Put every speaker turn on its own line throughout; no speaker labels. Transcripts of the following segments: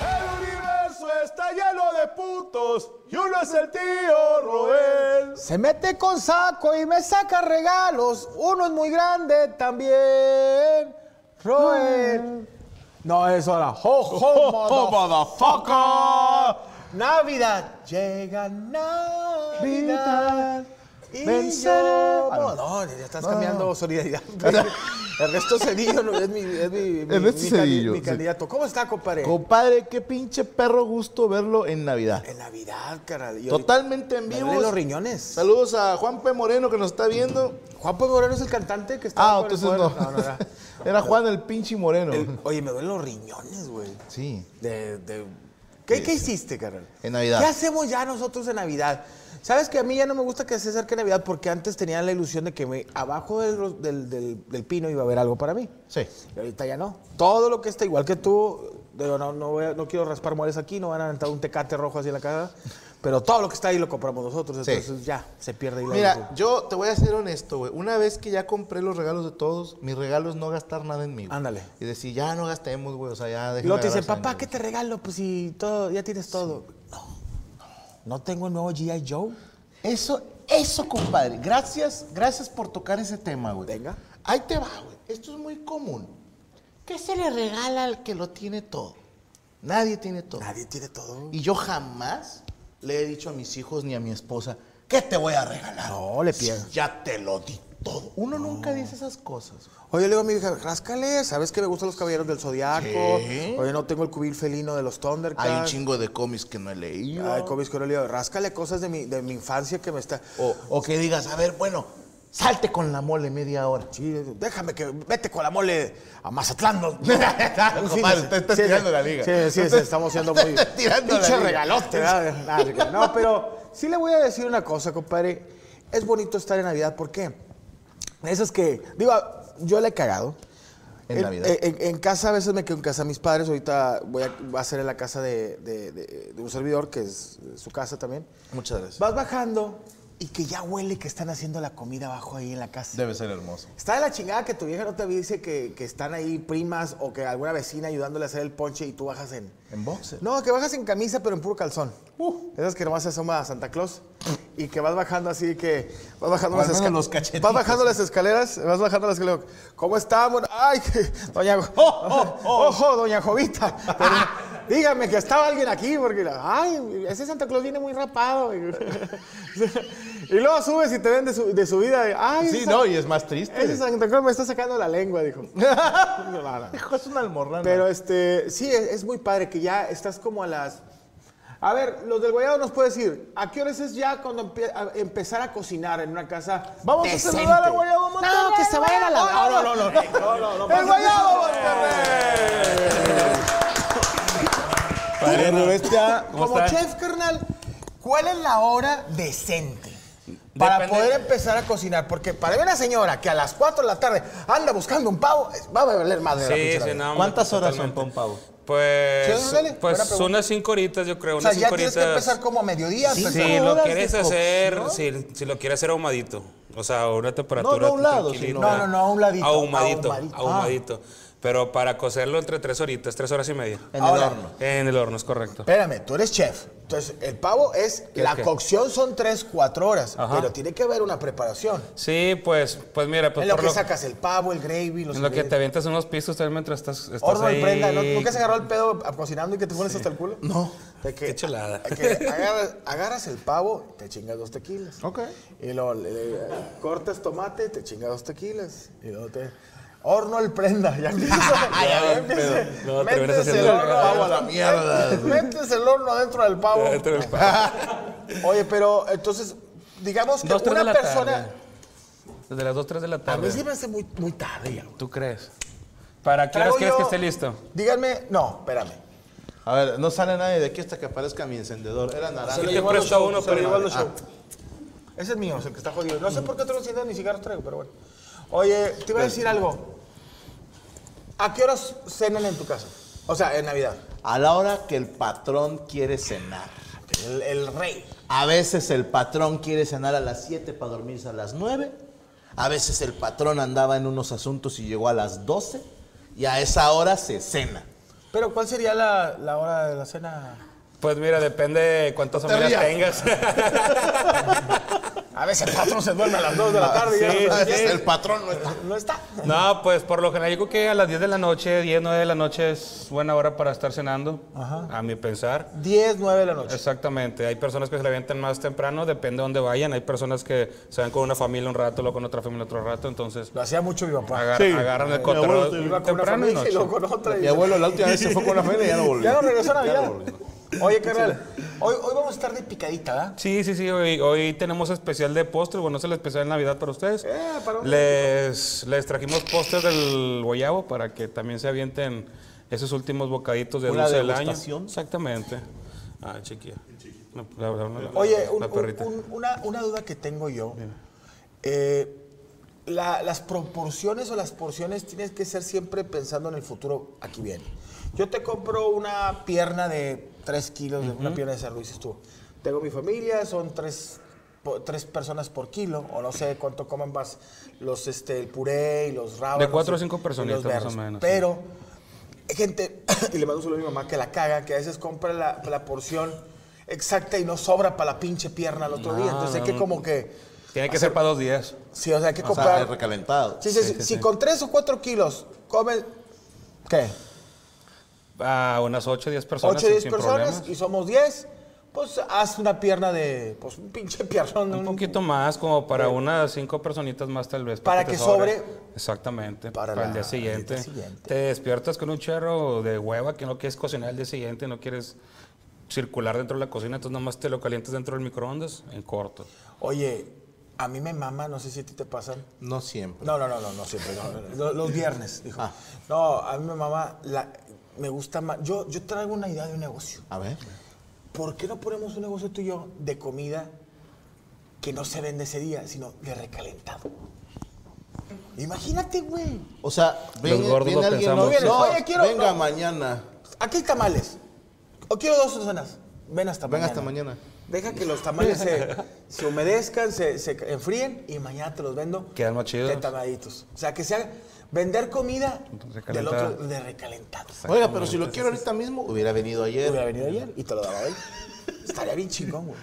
El universo está lleno de putos y uno es el tío Roel.
Se mete con saco y me saca regalos. Uno es muy grande también. Roel. No, es hora. Ho, ho,
¡Oh,
motherf-
motherfucker!
Navidad. Llega Navidad. Y
Venceré.
yo-
Ah,
No,
no.
no, ya estás
Ah.
cambiando solidaridad. El resto cedillo no, es mi, es mi, mi-
El resto
mi candi-
Cedillo,
mi
sí.
candidato. ¿Cómo está, compadre?
Compadre, qué pinche perro gusto verlo en Navidad.
en Navidad, caray. Y ahorita-
Totalmente en
me
vivo.
duelen los riñones.
Saludos a Juan P. Moreno que nos está viendo.
Juan P. Moreno es el cantante que está.
Ah, entonces no.
era-
Era Juan el pinche Moreno.
El- oye, me duelen los riñones, güey.
Sí.
De, de- ¿qué, qué hiciste, carnal?
En Navidad.
¿Qué hacemos ya nosotros en Navidad? Sabes que a mí ya no me gusta que se acerque Navidad porque antes tenía la ilusión de que me- abajo del, ro- del- del- del pino iba a haber algo para mí.
Sí.
Y ahorita ya no. Todo lo que está igual que tú, digo, no, no, voy a- no quiero raspar mueres aquí, no van a aventar un tecate rojo así en la cara, pero todo lo que está ahí lo compramos nosotros,
Sí.
entonces ya se pierde. ahí la
Mira,
ilusión.
yo te voy a ser honesto, güey. Una vez que ya compré los regalos de todos, mi regalo es no gastar nada en mí. güey.
Ándale.
Y decir, ya no gastemos, güey. O sea, ya
Y
déjame
luego te
agarrar
dice, papá,
sangre,
¿qué te regalo? Pues si todo, ya tienes todo. No, no tengo el nuevo G.I. Joe.
Eso, eso, compadre. Gracias, gracias por tocar ese tema, güey.
Venga.
Ahí te va, güey. Esto es muy común. ¿Qué se le regala al que lo tiene todo? Nadie tiene todo.
Nadie tiene todo.
Y yo jamás le he dicho a mis hijos ni a mi esposa, ¿qué te voy a regalar?
No, le pierdo.
Si ya te lo di todo. Uno nunca dice esas cosas. güey.
Oye, le digo a mi hija, ráscale, ¿sabes que me gustan los caballeros del Zodiaco?
¿Qué?
Oye, no tengo el cubil felino de los Thundercats.
Hay un chingo de cómics que no he leído.
Ay, comis que no le digo, ráscale cosas de mi, de mi infancia que me está...
o, o que digas, a ver, bueno, salte con la mole media hora.
Sí, déjame que vete con la mole a Mazatlán. No,
Compadre, te estás tirando la liga.
Sí, sí, sí, estamos siendo
Te
muy.
estás tirando la
Pinche
liga.
regalote, ¿verdad? Nada, sí que- No, pero sí le voy a decir una cosa, compadre. Es bonito estar en Navidad, ¿por qué? Esas que. Digo, yo le he cagado.
En Navidad.
En, en casa a veces me quedo en casa de mis padres. Ahorita voy a, va a ser en la casa de, de- de- de un servidor, que es su casa también.
Muchas gracias.
Vas bajando y que ya huele que están haciendo la comida abajo ahí en la casa.
Debe ser hermoso.
Está de la chingada que tu vieja no te dice que, que están ahí primas o que alguna vecina ayudándole a hacer el ponche y tú bajas en.
En boxer.
No, que bajas en camisa pero en puro calzón.
Uh.
Esas que nomás se asoma a Santa Claus y que vas bajando así que. Vas bajando
O al
las
menos
esca-
los cachetitos.
Vas bajando las escaleras, vas bajando las escaleras. ¿Cómo estamos? ¡Ay! que- Doña.
Oh, oh, oh.
¡Ojo, doña Jovita! Pero-
Dígame que estaba alguien aquí, porque, la- ay, ese Santa Claus viene muy rapado. Y, y luego subes y te ven de, su, de subida. y, Ay,
Sí,
esa-
no, y es más triste.
Ese Santa Claus me está sacando la lengua, dijo. No, no, no.
Hijo, es una almorrana.
Pero este, sí, es, es muy padre que ya estás como a las. A ver, los del Guayado nos puede decir, ¿a qué horas es ya cuando empie- a- empezar a cocinar en una casa? Vamos
Decente.
a saludar al Guayado
No,
Monterrey.
que se vayan a la-
No, no, no, no. ¡El Guayabo Monterrey!
Padre Bestia,
Como chef, carnal, ¿cuál es la hora decente? Para
Depende-
poder empezar a cocinar, porque para mí una señora que a las 4 de la tarde anda buscando un pavo, es- va a valer más de la
Sí,
pinche
sí,
vida.
no, hombre,
¿Cuántas horas son
totalmente.
para un pavo?
Pues,
Sí, ándale, buena
pues
pregunta.
unas cinco horitas, yo creo.
O sea,
Unas
ya
cinco
tienes
horitas.
que empezar como a mediodía. empezar.
si lo
horas
quieres
de
hacer, si, si lo quieres hacer ahumadito. O sea, a una
No,
temperatura.
no a un lado,
tranquilita.
sino-
No, no, no, a un ladito,
Ahumadito.
ahumadito.
Ahumadito.
Ah.
Pero para cocerlo entre tres horitas, tres horas y media.
En
Ahora,
el horno.
En el horno, es correcto.
Espérame, tú eres chef. Entonces, el pavo es, la
qué?
cocción son 3, 4 horas,
Ajá.
pero tiene que haber una preparación.
Sí, pues, pues mira, pues
en lo
por
que sacas el pavo, el gravy, los
en lo que te
ingredientes.
avientas unos pisos también mientras estás, estás
Horno
ahí.
y prenda, ¿no? ¿Nunca se agarró el pedo a- cocinando y que te pones hasta el culo? No.
Qué chulada.
Que agarras, agarras el pavo, te chingas dos tequilas.
Ok.
Y luego le- le- cortas tomate, te chingas dos tequilas. Y luego te... Horno al prenda, ya empiezas a- ya empiezas-
No, terminas
metes
haciendo el
pavo a la
adentro-
mierda.
Metes el horno adentro del pavo.
Dentro del pavo.
Oye, pero entonces, digamos que
Dos, tres de
una
la
persona.
tarde. Desde las 2, 3 de la
A
tarde.
mí se me hace muy, muy tarde ya. güey.
¿Tú crees? ¿Para qué
Traigo
horas quieres que
yo-
esté listo?
Díganme, no, espérame.
A ver, no sale nadie de aquí hasta que aparezca mi encendedor. Era naranja.
Se lo llevó a los show,
uno,
uno,
se lo
pero-
llevó a los show. Ese es mío, es el que está jodido. No sé por qué otros cientos ni cigarros traigo, pero bueno. Oye, te iba a decir algo. ¿A qué horas cenan en tu casa? O sea, en Navidad.
A la hora que el patrón quiere cenar.
El, el rey.
A veces el patrón quiere cenar a las 7 para dormirse a las 9. A veces el patrón andaba en unos asuntos y llegó a las 12. Y a esa hora se cena.
Pero, ¿cuál sería la, la hora de la cena?
Pues mira, depende de cuántas
No te
familias
rías.
tengas.
A veces el patrón se duerme a las 2 de la tarde. y ya
Ah, Sí,
no
A
sé
sí,
qué.
veces el patrón no está.
No está.
no, pues por lo general yo creo que a las 10 de la noche, 10, 9 de la noche es buena hora para estar cenando, a mi pensar.
10, 9 de la noche.
Exactamente, hay personas que se levantan más temprano, depende de dónde vayan, hay personas que se van con una familia un rato, luego con otra familia otro rato, entonces
Lo hacía mucho mi papá.
agar-
Sí.
agarran el
Mi abuelo
control
se
Iba con una
temprano y
familia y
noche.
luego con otra. y-
Mi abuelo la última vez se fue con la familia y ya no volvió.
Ya no regresó a
Ya
Navidad.
no volvió.
Oye, carnal, hoy, hoy vamos a estar de picadita, ¿verdad?
Sí, sí, sí. Hoy, hoy tenemos especial de postres. Bueno, es el especial de Navidad para ustedes.
Eh, para un
les, les trajimos postres del guayabo para que también se avienten esos últimos bocaditos de
Una
dulce del año.
degustación.
Exactamente. Ah, chiquilla. La- la- la- la-
Oye,
la
un-
perrita.
un- un- una, una duda que tengo yo. Eh, la- las proporciones o las porciones tienes que ser siempre pensando en el futuro. Aquí viene. Yo te compro una pierna de 3 kilos, de una pierna de cerdo, dices tú. Tengo mi familia, son tres, po- tres personas por kilo, o no sé cuánto coman más los, este, el puré y los rábanos.
cuatro a cinco
y los
personitas, más o
berros.
menos, sí.
Pero, hay gente, y le mando un saludo a mi mamá que la caga, que a veces compra la, la porción exacta y no sobra para la pinche pierna al otro día. Entonces hay que como que,
Tiene que ser para dos días.
sí, o sea, hay que
O sea,
comprar.
recalentado.
Sí, sí, sí, si con tres o cuatro kilos comen, ¿qué?
A Ah, unas 8 o 10 personas.
Ocho o diez
Pues sin
personas
problemas.
y somos diez, pues haz una pierna de, pues un pinche piernón.
Un poquito más, como para unas cinco personitas más tal vez.
Para que
te
sobre.
Exactamente,
Para
para,
la-
el día siguiente.
el día siguiente.
Te despiertas con un charro de hueva que no quieres cocinar el día siguiente, no quieres circular dentro de la cocina, entonces nomás te lo calientas dentro del microondas en corto.
Oye, a mí me mama, no sé si a ti te pasan.
No siempre.
No, no, no, no, no siempre. no, no, no. Lo- Los viernes, dijo.
Ah.
No, a mí me mama, la, me gusta más. Yo, yo traigo una idea de un negocio.
A ver.
¿Por qué no ponemos un negocio tú y yo de comida que no se vende ese día, sino de recalentado? Imagínate, güey.
O sea, viene,
gordos
viene
lo
alguien.
pensamos.
No, no,
Oye, quiero-
venga
no.
mañana.
Aquí hay tamales. O quiero dos docenas. Ven hasta
Ven
mañana.
hasta mañana.
Deja que los tamales se, se humedezcan, se, se enfríen y mañana te los vendo.
Quedan más chidos.
De tamalitos. O sea, que sea vender comida del
Recalentada.
otro, de recalentado.
Oiga, pero si lo quiero ahorita mismo, hubiera venido ayer.
Hubiera venido ayer y te lo daba hoy. Estaría bien chingón, güey.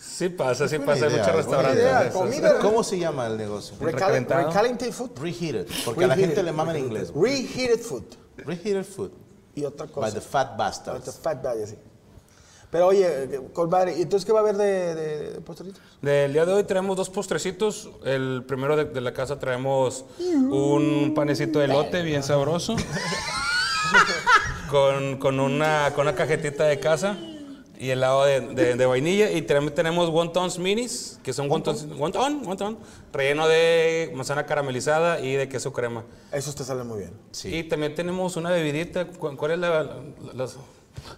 Sí pasa, sí
Buena
pasa, hay
idea,
muchos
buena
restaurantes.
idea,
de esos.
comida.
¿Cómo se llama el negocio?
Recal
Recalentado.
recalentated food.
Reheated, porque a la
Reheated.
gente le mama en inglés.
Reheated food.
Reheated food.
y otra cosa.
By the Fat
By the
Bastards.
fat bag, así. Pero oye, eh, compadre, ¿y entonces qué va a haber de, de, de postrecitos?
Del día de hoy traemos dos postrecitos. El primero de, de la casa traemos un panecito de elote bien sabroso. con, con una, con una cajetita de casa y helado de, de- de vainilla. Y también tenemos wontons minis, que son wontons, wonton, wonton, relleno de manzana caramelizada y de queso crema.
Esos te salen muy bien.
Y también tenemos una bebidita. ¿Cu- ¿Cuál es la...? la- las-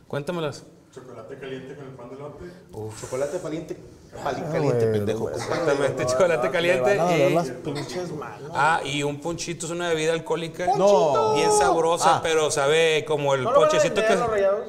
cuéntamelas.
Chocolate paliente.
Ah,
pali- caliente, pendejo.
Exactamente, chocolate
Me
caliente
Ah, van a doler
y...
las pinches manos.
Ah, y un ponchito es una bebida alcohólica.
¡Ponchito!
Bien sabrosa,
Ah.
pero sabe como el
¿No lo van a
ponchecito
vender
que.
los rayados?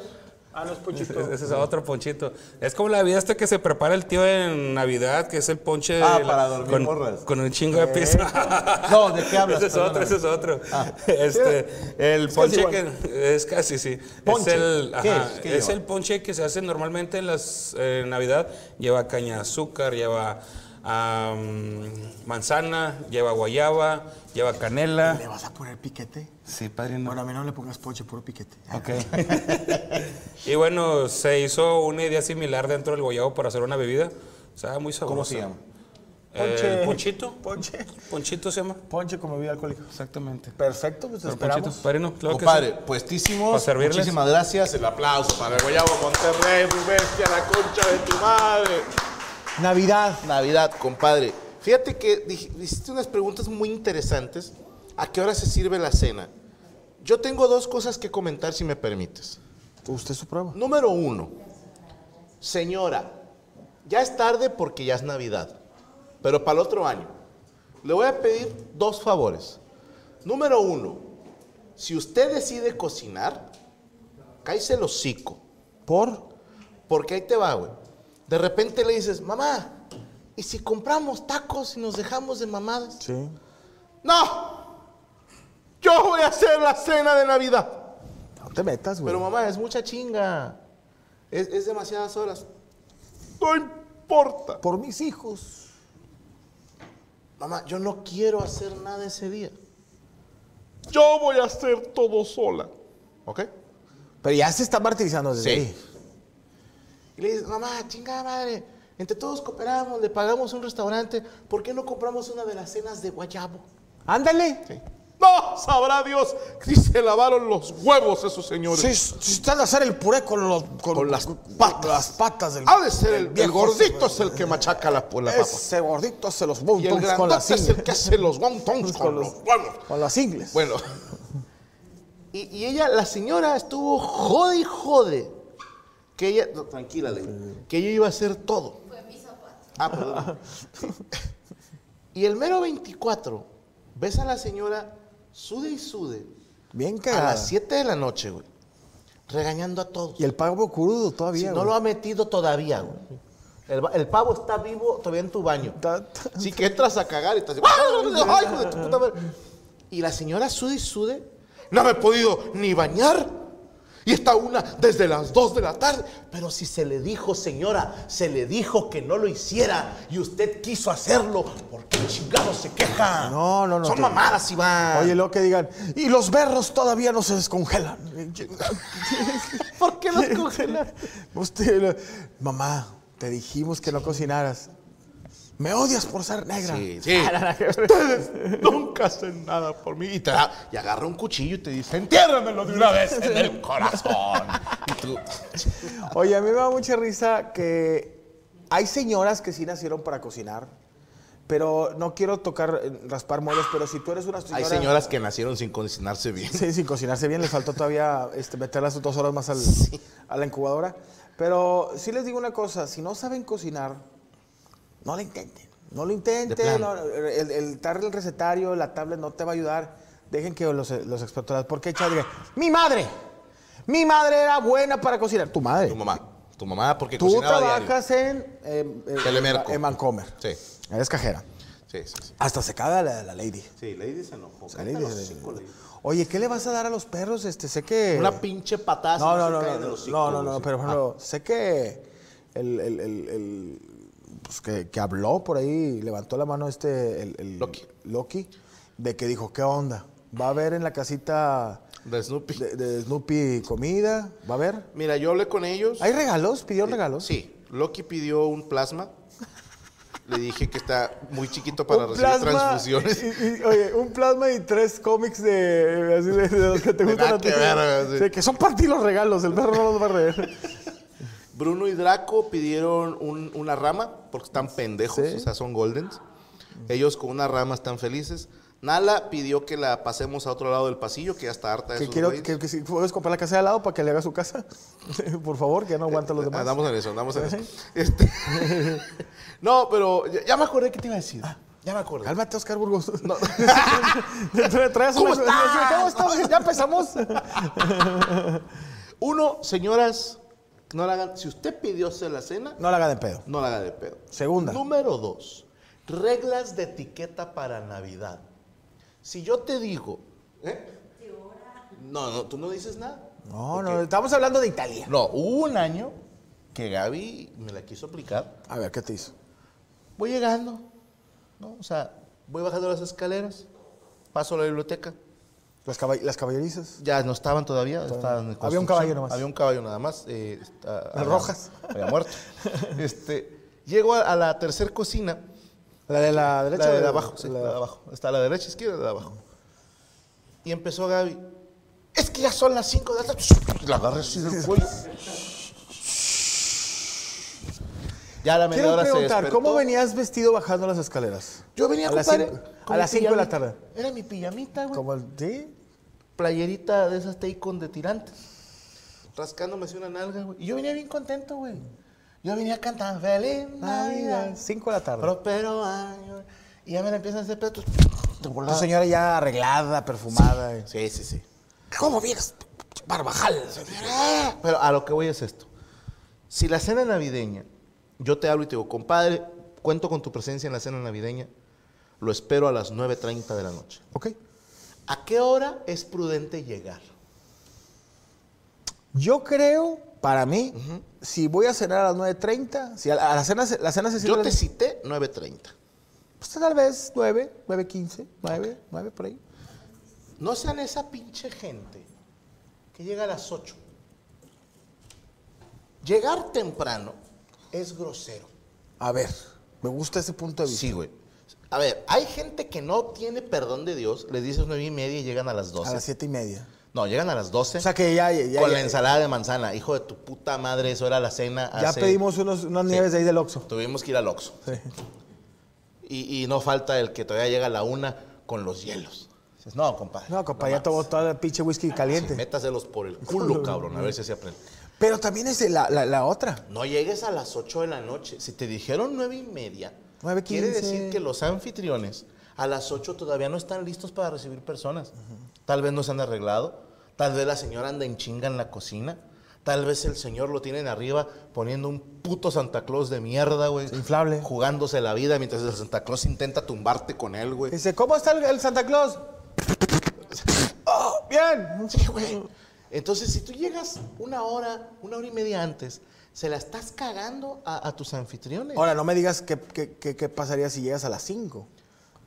Ah, no es puchito.
Ese es otro ponchito. Es como la bebida esta que se prepara el tío en Navidad, que es el ponche de
Ah,
la-
para dormir
con,
morras. Eh.
con un chingo de piso.
No, ¿de qué hablas? Ah.
Ese es otro,
Perdóname.
ese es otro. Este, el
casi
ponche que es casi sí.
Ponche.
Es el,
¿Qué
ajá,
es? ¿Qué
es
lleva?
el ponche que se hace normalmente en las eh, Navidad. Lleva caña de azúcar, lleva am, manzana, lleva guayaba, lleva canela.
¿Le vas a poner piquete?
Sí, padrino.
Bueno, a mí no le pongas ponche, puro piquete.
y bueno, se hizo una idea similar dentro del guayabo para hacer una bebida. O sea, muy sabrosa.
¿Cómo se llama?
Eh,
Ponche.
ponchito.
Ponche.
Ponchito se llama.
Ponche como bebida alcohólica.
Exactamente.
Perfecto, pues te
Pero
esperamos.
ponchitos, padrino, claro que
Compadre,
sí.
puestísimos.
Para servirles.
Muchísimas gracias. El aplauso para el Guayabo Monterrey, mi bestia, la concha de tu madre.
Navidad.
Navidad, compadre. Fíjate que dij- hiciste unas preguntas muy interesantes. ¿A qué hora se sirve la cena? Yo tengo dos cosas que comentar, si me permites.
Usted es su prueba.
Número uno, señora, ya es tarde porque ya es Navidad, pero para el otro año, le voy a pedir dos favores. Número uno, si usted decide cocinar, cállese el hocico. ¿Por? Porque ahí te va, güey. De repente le dices, mamá, ¿y si compramos tacos y nos dejamos de mamadas?
Sí.
¡No! Yo voy a hacer la cena de Navidad.
No te metas, güey.
Pero mamá, es mucha chinga. Es, es demasiadas horas. No importa.
Por mis hijos.
Mamá, yo no quiero hacer nada ese día. Yo voy a hacer todo sola. ¿Ok?
Pero ya se está martirizando desde ahí.
Y le dices, mamá, chingada madre. Entre todos cooperamos, le pagamos un restaurante. ¿Por qué no compramos una de las cenas de guayabo?
Ándale.
No, sabrá Dios si se lavaron los huevos esos señores.
Si, si estás a hacer el puré con, los, con,
Con las
con
patas.
las patas del
Ha de ser el, el
viejo
gordito es
ese,
el que machaca la, la papa.
Ese gordito se los
Y el
wontons con las
grandote es el
ingles.
que hace los wontons con los huevos.
Con las ingles.
Bueno. Y, y ella, la señora, estuvo jode y jode. Que ella. no, tranquila, Ley. Que yo iba a hacer todo. Fue mi zapato. Ah, perdón. y el mero 24, ves a la señora sude y sude.
Bien
A
cagada.
las 7 de la noche, güey. Regañando a todos.
Y el pavo crudo
Si
todavía.
no
güey.
lo ha metido todavía, güey. El, va- el pavo está vivo todavía en tu baño.
Ta- ta-
Sí que entras a cagar y estás así, ¡Ah! ¡Ay, hijo de tu puta madre! Y la señora sude y sude. No me he podido ni bañar. Y está una desde las 2 de la tarde. Pero si se le dijo, señora, se le dijo que no lo hiciera y usted quiso hacerlo, ¿por qué chingado se queja?
No, no, no,
Son
te-
mamadas, Iván.
Oye, lo que digan. Y los berros todavía no se descongelan.
¿por qué los congelan?
Usted, la- mamá, te dijimos que no cocinaras. Me odias por ser negra.
Sí. Ustedes nunca hacen nada por mí. Y, te da- y agarra un cuchillo y te dice, entiérramelo de una vez en el corazón. Y tú,
Oye, a mí me da mucha risa que hay señoras que sí nacieron para cocinar, pero no quiero tocar, eh, raspar muebles, pero si tú eres una señora...
Hay señoras que nacieron sin cocinarse bien.
Sí, sin cocinarse bien, les faltó todavía este, meterlas dos horas más al- a la incubadora. Pero sí les digo una cosa, si no saben cocinar, no lo intenten. No lo
De
intenten,
plano.
no, el, el darle el recetario, la tablet no te va a ayudar. Dejen que los, los expertos... las- Porque echas digan, mi madre, mi madre era buena para cocinar. Tu madre.
Tu mamá. Tu mamá porque
Tú
cocinaba
trabajas en, em, em,
Telemerco.
en Vancomer.
Sí.
Eres cajera.
diario. Sí, sí, sí.
Hasta se caga la, la lady.
Sí, Lady se enojó.
La lady se- Oye, ¿qué le vas a dar a los perros? Este, sé que.
Una pinche patada. si
No, no,
se
no,
cae
no,
de
no,
los
no,
hijos,
no, no,
güey.
pero por ejemplo, sé que el, el, el, el- pues que, que habló por ahí, levantó la mano este, el, el-
Loki.
Loki, de que dijo, ¿qué onda? Va a haber en la casita
De Snoopy.
De, de Snoopy comida, va a haber.
Mira, yo hablé con ellos.
¿Hay regalos? ¿Pidió regalos?
Sí, Loki pidió un plasma. Le dije que está muy chiquito para
Un
recibir
plasma
transfusiones.
y- y- oye, un plasma y tres cómics de, así de, de los que te
De
gustan
nada
a ti.
que ver,
Sí,
sí.
que son para ti los regalos, el perro no los va a leer.
Bruno y Draco pidieron un- una rama porque están pendejos,
Sí. Mm.
o sea, son goldens. Ellos con una rama están felices. Nala pidió que la pasemos a otro lado del pasillo, que ya está harta de
Que
esos
quiero
güeyes.
que, que si puedes comprar la casa de al lado para que le haga su casa. Por favor, que ya no aguanta los demás.
Andamos en eso, andamos en eso. Este, no, pero ya, ya me acordé que te iba a decir. ya me acordé.
Cálmate, Oscar Burgos. Tra- traes una-
¿Cómo estás?
¿Cómo estás? Ya empezamos.
Uno, señoras, no la hagan. Si usted pidió hacer la cena,
No la hagan de pedo.
no la haga de pedo.
Segunda.
Número dos, reglas de etiqueta para Navidad. Si yo te digo, ¿eh? No, no, tú no dices nada.
No, no, estamos hablando de Italia.
No, hubo un año que Gaby me la quiso aplicar.
A ver, ¿qué te hizo?
Voy llegando, ¿no? O sea, voy bajando las escaleras, paso a la biblioteca.
Las, caball- las caballerizas.
Ya no estaban todavía, estaban en
Había
construcción.
un caballero nada más.
Había un caballo nada más. eh, está- había-
rojas.
Había muerto. Este, llego a, a la tercer cocina.
La de la derecha.
la
o
de abajo, sí,
la-
la de abajo. Está la derecha, izquierda, la de abajo. Y empezó Gaby. Es que ya son las 5 de la tarde. Y La agarré así del cuello. Ya a la media
Quiero
hora se
preguntar,
despertó.
¿cómo venías vestido bajando las escaleras?
Yo venía,
a las
compadre,
cinco-
con
a las
mi
5 de la
pijamita.
tarde.
Era mi pijamita, güey.
Como el, ¿Sí?
playerita de esas Taycon de tirantes, rascándome así una nalga, güey. Y yo venía bien contento, güey. Yo venía cantando, feliz Navidad,
5 de la tarde.
próspero año. Y ya me la empiezan a hacer pedos.
tu señora ya arreglada, perfumada. eh.
Sí, sí, sí.
¿Cómo vienes? Barbajal.
Pero a lo que voy es esto. Si la cena navideña, yo te hablo y te digo, compadre, cuento con tu presencia en la cena navideña, lo espero a las 9.30 de la noche.
Ok.
¿A qué hora es prudente llegar?
Yo creo, para mí, si voy a cenar a las 9.30, si a la, a la cena, se- la cena se sirve
Yo
a
te
las-
cité 9.30.
pues, tal vez 9, 9.15, 9, 9 por ahí.
No sean esa pinche gente que llega a las 8. Llegar temprano es grosero.
A ver, me gusta ese punto de vista.
Sí, güey. A ver, hay gente que no tiene perdón de Dios, les dices nueve y media y llegan a las 12.
a las 7 y media.
No, llegan a las 12.
O sea que ya, ya, ya-
con la
ya-
ensalada de manzana. Hijo de tu puta madre, eso era la cena.
ya
hace-
pedimos unos, unas nieves de ahí del Oxxo.
Tuvimos que ir al Oxxo. Y, y no falta el que todavía llega a la una con los hielos. Dices, no, compadre.
No, Ah, compa, ya
mames.
tomó toda la pinche whisky
Sí,
caliente.
métaselos por el culo, cabrón, a ver si se aprende.
Pero también es la, la, la otra.
No llegues a las 8 de la noche. Si te dijeron 9 y media,
Nueve,
quiere
quince.
decir que los anfitriones a las 8 todavía no están listos para recibir personas. Tal vez no se han arreglado, tal vez la señora anda en chinga en la cocina, tal vez el señor lo tienen arriba poniendo un puto Santa Claus de mierda, güey.
Inflable.
Jugándose la vida mientras el Santa Claus intenta tumbarte con él, güey.
Dice, ¿cómo está el, el Santa Claus? ¡Oh, bien!
Sí, güey. Entonces, si tú llegas una hora, una hora y media antes, se la estás cagando a, a tus anfitriones.
Ahora, no me digas qué, qué- qué- qué pasaría si llegas a las 5.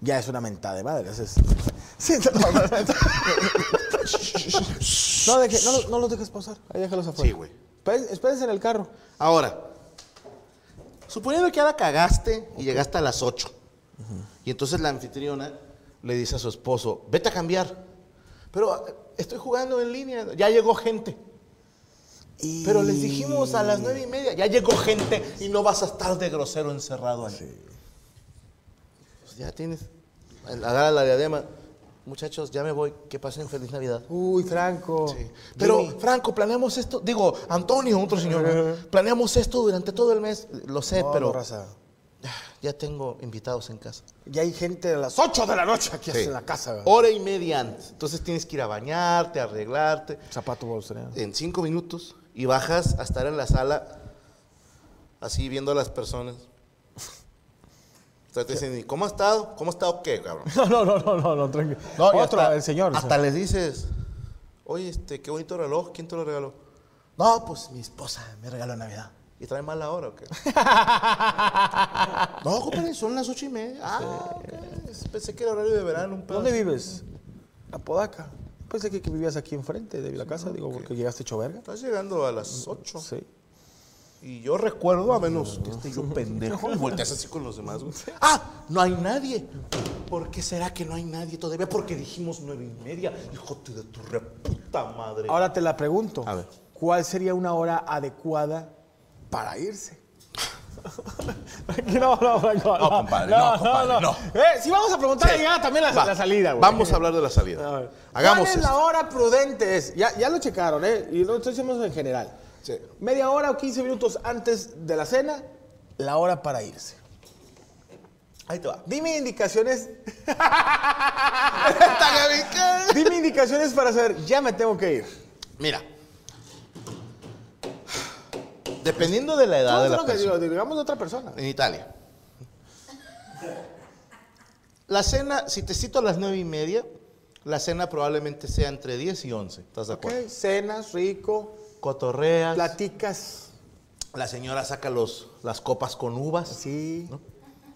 Ya es una mentada de madre. ese es- Sí, no, no, no. No, deje- no lo- no los dejes pasar. Ahí déjalos afuera.
Sí, güey.
Espérense, espérense en el carro.
Ahora, suponiendo que ahora cagaste y llegaste a las 8. Y entonces la anfitriona le dice a su esposo, vete a cambiar. Pero eh, estoy jugando en línea, ya llegó gente.
Y-
Pero les dijimos a las nueve y media, ya llegó gente y no vas a estar de grosero encerrado ahí. Pues ya tienes. Agarra la diadema. Muchachos, ya me voy. Que pasen feliz Navidad.
Uy, Franco.
Sí. Pero,
Jimmy.
Franco, planeamos esto. Digo, Antonio, otro señor. ¿no? Planeamos esto durante todo el mes. Lo sé,
No,
pero
no, raza.
ya tengo invitados en casa.
Ya hay gente a las 8 de la noche aquí
Sí.
en la casa.
Hora y media antes. Entonces tienes que ir a bañarte, arreglarte.
Zapato bolsonaro.
En cinco minutos. Y bajas a estar en la sala, así viendo a las personas. O sea, te dicen, "¿Y ¿cómo ha estado? ¿Cómo ha estado qué, cabrón?
No, no, no, no, no, no, tranquilo.
No, y
Otro,
hasta-
el señor.
Hasta les dices, oye, este, qué bonito reloj, ¿quién te lo regaló? No, pues mi esposa me regaló en Navidad. ¿Y trae mala hora o qué? no, compadre, son las ocho y media. Ah, ok. Pensé que era horario de verano, un pedo
¿Dónde
así.
vives? Apodaca. Pensé que, que vivías aquí enfrente de la casa, digo, porque llegaste hecho verga.
Estás llegando a las 8.
Sí.
Y yo recuerdo, a menos que esté yo pendejo, y volteas así con los demás, güey. ¡Ah! No hay nadie. ¿Por qué será que no hay nadie todavía? Porque dijimos nueve y media. Hijo de tu reputa madre.
Ahora te la pregunto.
A ver.
¿Cuál sería una hora adecuada para irse? no, no, Franco,
No, compadre, no, compadre, no.
Eh, si vamos a preguntar
Sí.
ya también la,
Va,
la salida, güey.
Vamos a hablar de la
A
salida.
ver.
Hagamos
¿Cuál es
esto.
la hora prudente? Es? Ya, ya lo checaron, ¿eh? Y lo hicimos en general.
Sí.
Media hora o 15 minutos antes de la cena, la hora para irse.
Ahí te va.
Dime indicaciones,
Gaby, ¿qué?
dime indicaciones para saber, ya me tengo que ir.
Mira. Dependiendo de la edad
No,
de
no,
la
no, que
persona.
digo, digamos de otra persona.
en Italia. La cena, si te cito a las nueve y media, la cena probablemente sea entre 10 y 11. ¿Estás de
Ok,
acuerdo?
cenas, rico,
Cotorreas.
platicas,
La señora saca los, las copas con uvas.
sí.
¿No?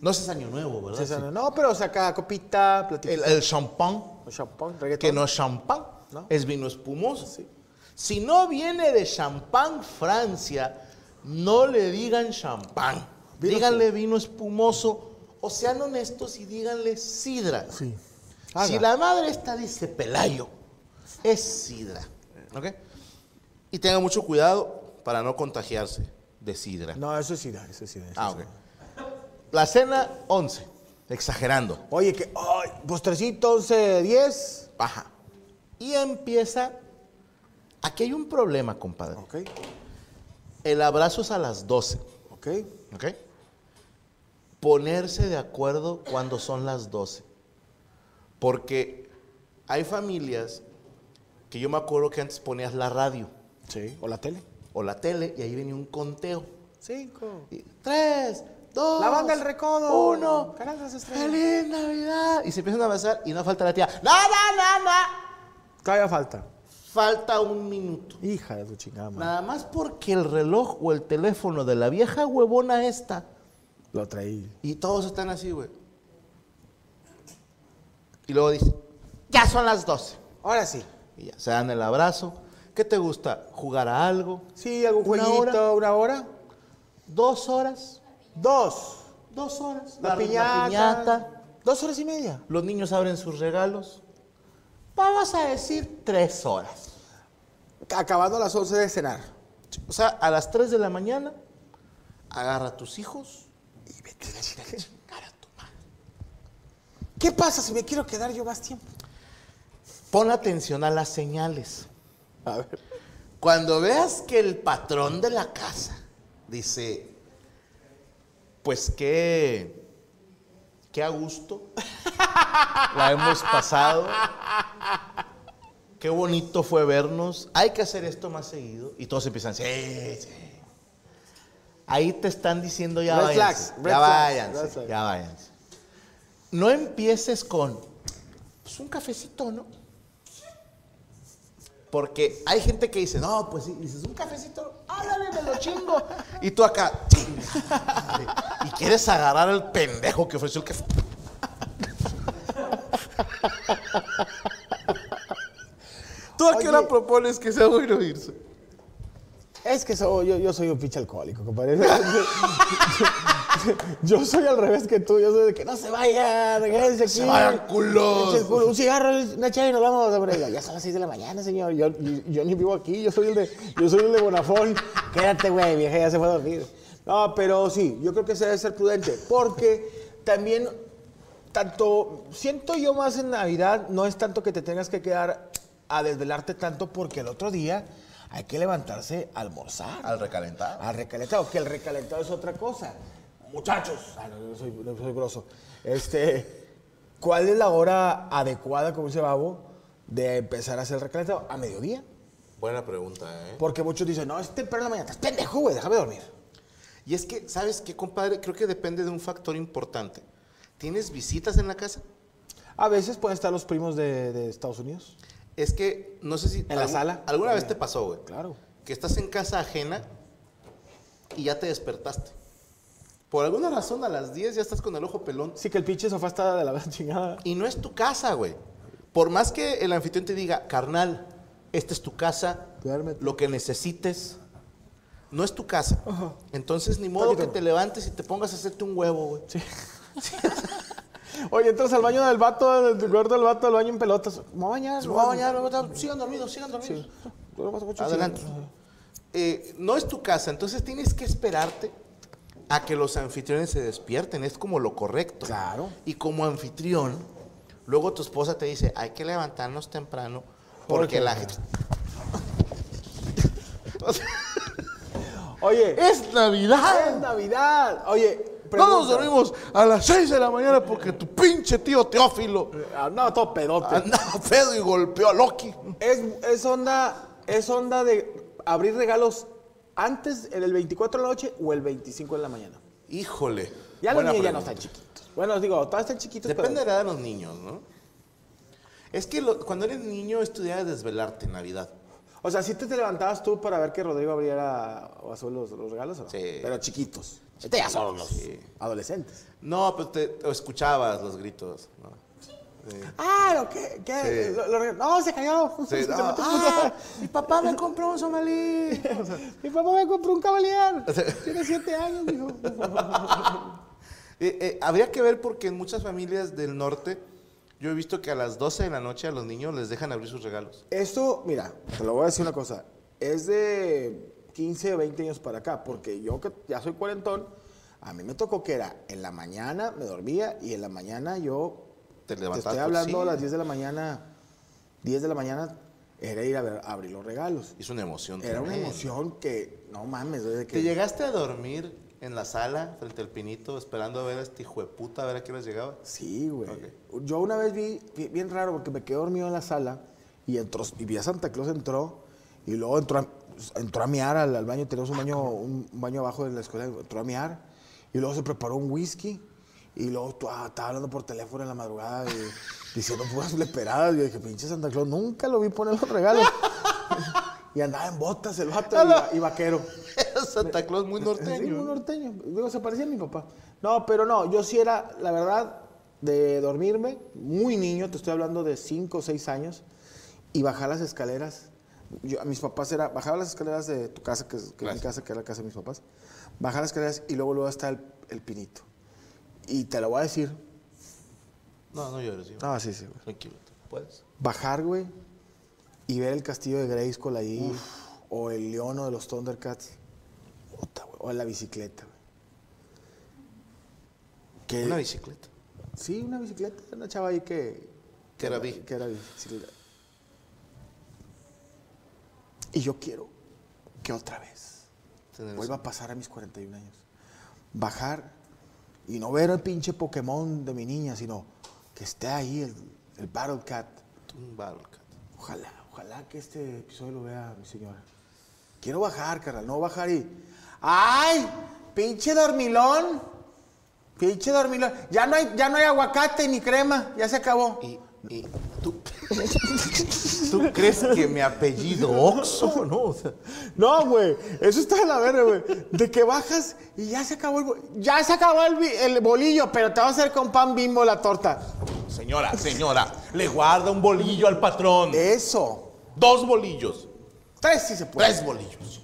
No es año nuevo, ¿verdad?
César,
Sí.
No, pero saca copita, platica.
El, el champán,
champán, reggaetón.
que no es champán,
No.
es vino espumoso. Si no viene de champán Francia, no le digan champán.
Vino
díganle vino espumoso. O sean honestos y díganle sidra. Si
Haga.
la madre esta dice pelayo, es sidra. ¿Ok? Y tenga mucho cuidado para no contagiarse de sidra.
No, eso sí da, eso sí da. eso
Ah,
sí
ok.
da.
La cena, 11. Exagerando.
Oye, que, ay, postrecito, 11, 10.
Baja. Y empieza. Aquí hay un problema, compadre.
Ok,
El abrazo es a las 12.
ok.
¿Ok? Ponerse de acuerdo cuando son las 12. Porque hay familias que yo me acuerdo que antes ponías la radio
Sí. ¿O la tele?
o la tele y ahí venía un conteo.
5.
Y, Tres, dos.
La banda El Recodo.
Uno.
Canal de las Estrellas.
Feliz Navidad. Y se empiezan a abrazar y no falta la tía. ¡No, no, no, no!
Todavía falta.
Falta un minuto.
Hija de tu chingada, madre.
Nada más porque el reloj o el teléfono de la vieja huevona esta.
Lo traí.
Y todos están así, güey. Y luego dice, ya son las 12.
Ahora sí.
Y ya, se dan el abrazo. ¿Qué te gusta? ¿Jugar a algo?
Sí, algún
¿Una
jueguito,
hora?
una hora.
¿Dos horas?
Dos.
Dos horas.
La, piñata. Dos horas y media.
Los niños abren sus regalos. Vamos a decir tres horas.
Acabando a las 11 de cenar.
O sea, a las 3 de la mañana, agarra a tus hijos y vete a chingar a tu madre.
¿Qué pasa si me quiero quedar yo más tiempo?
Pon atención a las señales. Cuando veas que el patrón de la casa dice, pues qué, qué a gusto, la hemos pasado, qué bonito fue vernos, hay que hacer esto más seguido. Y todos empiezan, sí, sí. Ahí te están diciendo ya
Red
váyanse,
flags, red
ya
flags,
váyanse,
red flags.
ya váyanse. No empieces con, pues un cafecito, ¿no? Porque hay gente que dice, no, pues sí, y dices, un cafecito, háblale, me lo chingo. y tú acá, "Chinga madre", y quieres agarrar al pendejo que ofreció el café. ¿Tú a qué hora
Oye.
propones que sea bueno irse?
Es que soy- yo, yo soy un pinche alcohólico, compadre. Yo- yo soy al revés que tú. Yo soy de que no se vaya, regrese aquí.
Se vayan culos.
Eche el culo, Un cigarro, una chave y nos vamos. hombre. Yo, Ya son las 6 de la mañana, señor. Yo, yo- yo ni vivo aquí. Yo soy el de, yo soy el de Bonafón. Quédate, güey, vieja, ya se fue a dormir. No, pero sí, yo creo que se debe ser prudente. Porque también, tanto, siento yo más en Navidad, no es tanto que te tengas que quedar a desvelarte tanto porque el otro día hay que levantarse a almorzar.
Al recalentar.
Al recalentado, que el recalentado es otra cosa. Muchachos, ah, no, no, soy, no, soy grosso. Este, ¿cuál es la hora adecuada, como dice Babo, de empezar a hacer el recalentado? A mediodía.
Buena pregunta, ¿eh?
Porque muchos dicen, no, es temprano en la mañana, estás pendejo, güey, déjame dormir.
Y es que, ¿sabes qué, compadre? Creo que depende de un factor importante. ¿Tienes visitas en la casa?
A veces pueden estar los primos de, de Estados Unidos.
Es que, no sé si...
¿En la sala?
¿Alguna vez te pasó, güey?
Claro.
que estás en casa ajena y ya te despertaste. Por alguna razón a las 10 ya estás con el ojo pelón
Sí, que el pinche sofá está de la chingada.
y no es tu casa, güey. Por más que el anfitrión te diga, carnal, esta es tu casa,
Duérmete.
lo que necesites, no es tu casa. Entonces, ni modo que te levantes y te pongas a hacerte un huevo, güey.
Oye, entras al baño del vato, del cuarto del vato del baño en pelotas. Me voy a bañar,
No,
me voy a bañar.
ya, no, no, sigan dormidos, sigan dormidos.
Yo lo paso mucho
Adelante. Eh, no es tu casa, entonces tienes que esperarte a que los anfitriones se despierten, es como lo correcto.
Claro.
Y como anfitrión, luego tu esposa te dice, hay que levantarnos temprano porque la gente...
Oye,
¡Es Navidad!
es Navidad. Oye,
No nos
pregunta.
dormimos Pues, a las 6 de la mañana porque tu pinche tío Teófilo
Andaba Ah, todo pedote.
andaba pedo y golpeó a Loki.
Es, es onda, es onda de abrir regalos antes en el 24 de la noche o el 25 de la mañana.
Híjole.
Ya los
Buena
niños ya no
pregunta.
están chiquitos. Bueno, digo, todos están chiquitos,
Depende de
pero
la edad de los niños, ¿no? Es que lo- cuando eres niño estudiabas desvelarte en Navidad.
o sea, si te, te levantabas tú para ver que Rodrigo abriera o azul los, los regalos, ¿o no?
Sí.
Pero chiquitos.
Este ya son los
Sí.
adolescentes.
No, pues te o escuchabas los gritos. ¿no?
Ah, lo que, que-
Sí.
lo- lo rega- no, se cayó.
Sí,
Se
no,
metió-
"Ah, mi papá me compró un somalí.
Mi papá me compró un caballero. Tiene siete años, dijo.
Eh, eh, habría que ver porque en muchas familias del norte yo he visto que a las 12 de la noche a los niños les dejan abrir sus regalos.
Esto, mira, te lo voy a decir una cosa. Es de 15, 20 años para acá, porque yo que ya soy cuarentón, a mí me tocó que era en la mañana me dormía y en la mañana yo
Te
te
levantabas
estoy
por- sí.
hablando a las 10 de la mañana, 10 de la mañana era ir a, ver- a abrir los regalos.
Es una emoción.
Era una
tremenda.
emoción que, no mames, desde
¿Te
que...
llegaste a dormir en la sala frente al pinito esperando a ver a este hijo de puta, a ver a qué les llegaba?
Sí, güey. Yo una vez vi, vi- bien raro, porque me quedé dormido en la sala y entró, y vi a Santa Claus entró y luego entró a, entró a miar al, al baño, tenemos un baño, un, un baño abajo de la escuela, entró a miar y luego se preparó un whisky y luego tu- ah, estaba hablando por teléfono en la madrugada y diciendo puras leperadas. Yo dije, pinche Santa Claus, nunca lo vi poner los regalos. y andaba en botas el vato y va- y vaquero.
Era Santa Claus muy
Este, Sí, muy
norteño. ¿eh?
norteño. Digo, se parecía a mi papá. No, pero no, yo sí era, la verdad, de dormirme, muy niño, te estoy hablando de 5 o 6 años, y bajar las escaleras. Yo, a mis papás era, bajaba las escaleras de tu casa, que, es que es mi
Claro.
casa, que era la casa de mis papás, bajar las escaleras y luego luego está el, el pinito. Y te lo voy a decir.
No, no llores. hijo.
Ah, sí, sí, güey.
Tranquilo. Puedes.
Bajar, güey, y ver el castillo de Grayskull ahí, o el león o de los Thundercats, puta, güey, o en la bicicleta, güey. Que-
Una bicicleta.
Sí, una bicicleta, una chava ahí que...
Que era bi.
Que era bicicleta. Y yo quiero que otra vez
Tener
vuelva a pasar a mis 41 años. Bajar y no ver el pinche Pokémon de mi niña, sino que esté ahí el, el Battle Cat.
un Battlecat.
Ojalá, ojalá que este episodio lo vea mi señora. Quiero bajar, carnal, no bajar y... ¡Ay! ¡Pinche dormilón! ¡Pinche dormilón! Ya no hay, ya no hay aguacate ni crema, ya se acabó.
Y, y tú. ¿Tú crees que mi apellido Oxo? No, o sea,
No, güey. Eso está de la verga, güey. De que bajas y ya se acabó el bo- Ya se acabó el, bi- el bolillo, pero te vas a hacer con pan bimbo la torta.
Señora, señora, le guarda un bolillo al patrón.
Eh. Eso.
Dos bolillos.
Tres sí se puede.
Tres bolillos.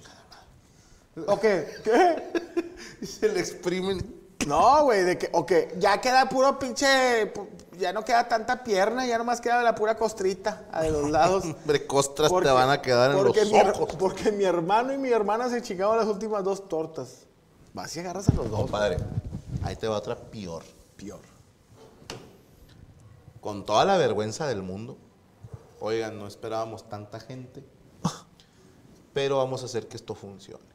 ¿O qué? ¿Qué?
Y se le exprimen.
No, güey, de que, o que ya queda puro pinche, pu- ya no queda tanta pierna, ya nomás queda la pura costrita a de los lados.
Hombre, costras te van a quedar en los
porque mi her-
ojos.
Porque mi hermano y mi hermana se chingaban las últimas dos tortas. Vas y agarras a los dos,
Compadre, ahí te va otra peor.
peor.
Con toda la vergüenza del mundo. Oigan, no esperábamos tanta gente. Pero vamos a hacer que esto funcione.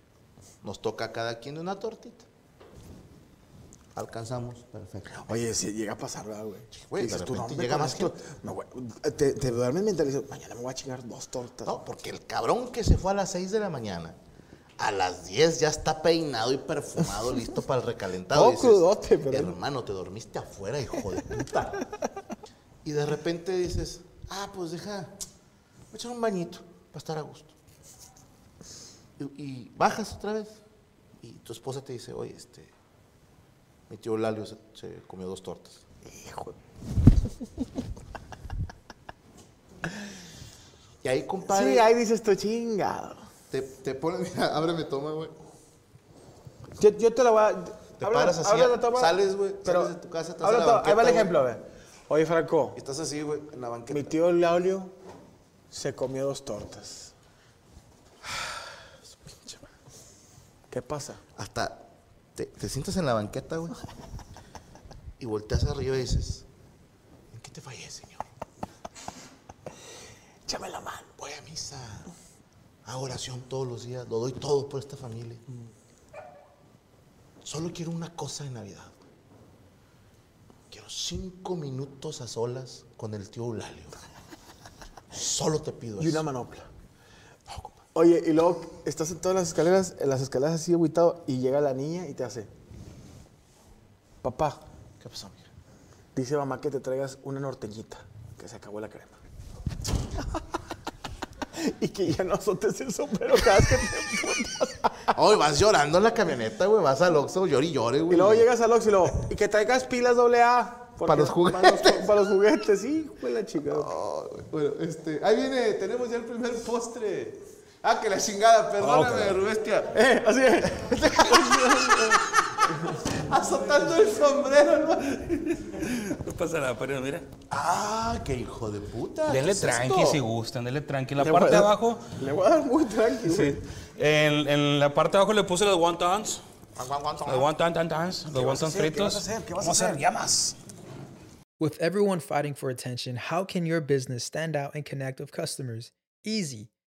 Nos toca a cada quien una tortita. Alcanzamos. Perfecto.
Oye, si llega a pasar, ¿verdad, güey?
güey,
Dices
de
tú, no,
repente
hombre,
llega
con
más
esto-
gente.
no, güey, te, te duermes mentalizando, mañana me voy a chingar dos tortas.
No, porque el cabrón que se fue a las 6 de la mañana, a las 10 ya está peinado y perfumado, listo para el recalentado.
Todo
Y dices,
crudote, pero-
Hermano, te dormiste afuera, hijo de puta. y de repente dices, ah, pues deja, voy a echar un bañito para estar a gusto. Y, y bajas otra vez. Y tu esposa te dice, oye, este, mi tío Lalio se, se comió dos tortas. Y ahí, compadre,
Sí, ahí dices tú, chingado.
te, te ponen, mira, ábreme toma, güey.
Yo, yo te la voy a...
Te
habla-
paras así,
habla la toma,
sales, güey, sales
pero-
de tu casa, estás
habla
en la
toma, Ahí va el
banqueta,
ejemplo, a ver. Oye, Franco,
Y estás así, güey, en la banqueta.
mi tío Laulio se comió dos tortas. Ah, Su pinche madre. ¿Qué pasa?
Hasta te, te sientas en la banqueta, güey. Y volteas arriba y dices, ¿en qué te fallé, señor?
Échame la mano.
Voy a misa, hago oración todos los días, lo doy todo por esta familia.
Mm.
Solo quiero una cosa de Navidad. Quiero cinco minutos a solas con el tío Eulalio. Solo te pido
Y
eso.
una manopla. Oye, y luego estás sentado en las escaleras, en las escaleras así agüitado, y llega la niña y te hace. Papá,
¿Qué pasó, mija?
dice mamá que te traigas una norteñita, que se acabó la crema. y que ya no azotes el sombrero cada vez que te emputas.
Hoy vas llorando en la camioneta, güey. Vas al Oxxo, llore y llore, güey.
Y luego llegas al Oxxo y luego, y que traigas pilas doble A. porque-
Para los juguetes.
Para los, ju- para los juguetes, sí, fue la chica.
Oh, bueno, este, ahí viene, tenemos ya el primer postre. Ah, que la chingada, perdóname, Rubestia.
Eh, así es.
Azotando el sombrero, ¿no?
No pasa nada, pero mira.
Ah, qué hijo de puta.
Denle
¿qué es
tranqui
esto?
si gustan, denle tranqui. La
Le
parte
voy
de
a-
abajo,
Le voy a dar muy tranquilo.
sí. En, en la parte de abajo le puse los wontons.
Guan, guan, guan,
Los wontons, tan, tan, los wontons fritos. Vamos a hacer llamas.
With everyone fighting for attention, how can your business stand out and connect with customers? Easy.